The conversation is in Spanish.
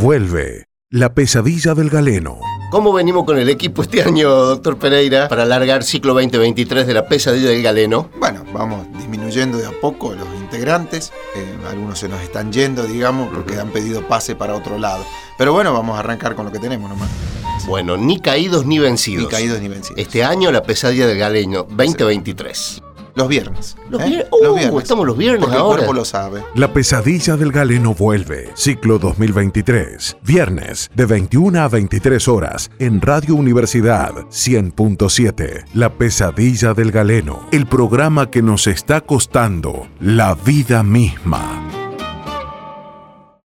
Vuelve la pesadilla del galeno. ¿Cómo venimos con el equipo este año, doctor Pereira, para alargar ciclo 2023 de la pesadilla del galeno? Bueno, vamos disminuyendo de a poco los integrantes. Eh, algunos se nos están yendo, digamos, porque han pedido pase para otro lado. Pero bueno, vamos a arrancar con lo que tenemos nomás. Bueno, ni caídos ni vencidos. Ni caídos ni vencidos. Este año la pesadilla del galeno 2023. Los viernes. Los, ¿eh? vier- Uh, estamos los viernes Porque ahora. el cuerpo lo sabe. La pesadilla del galeno vuelve. Ciclo 2023. Viernes de 21 a 23 horas en Radio Universidad 100.7. La pesadilla del galeno. El programa que nos está costando la vida misma.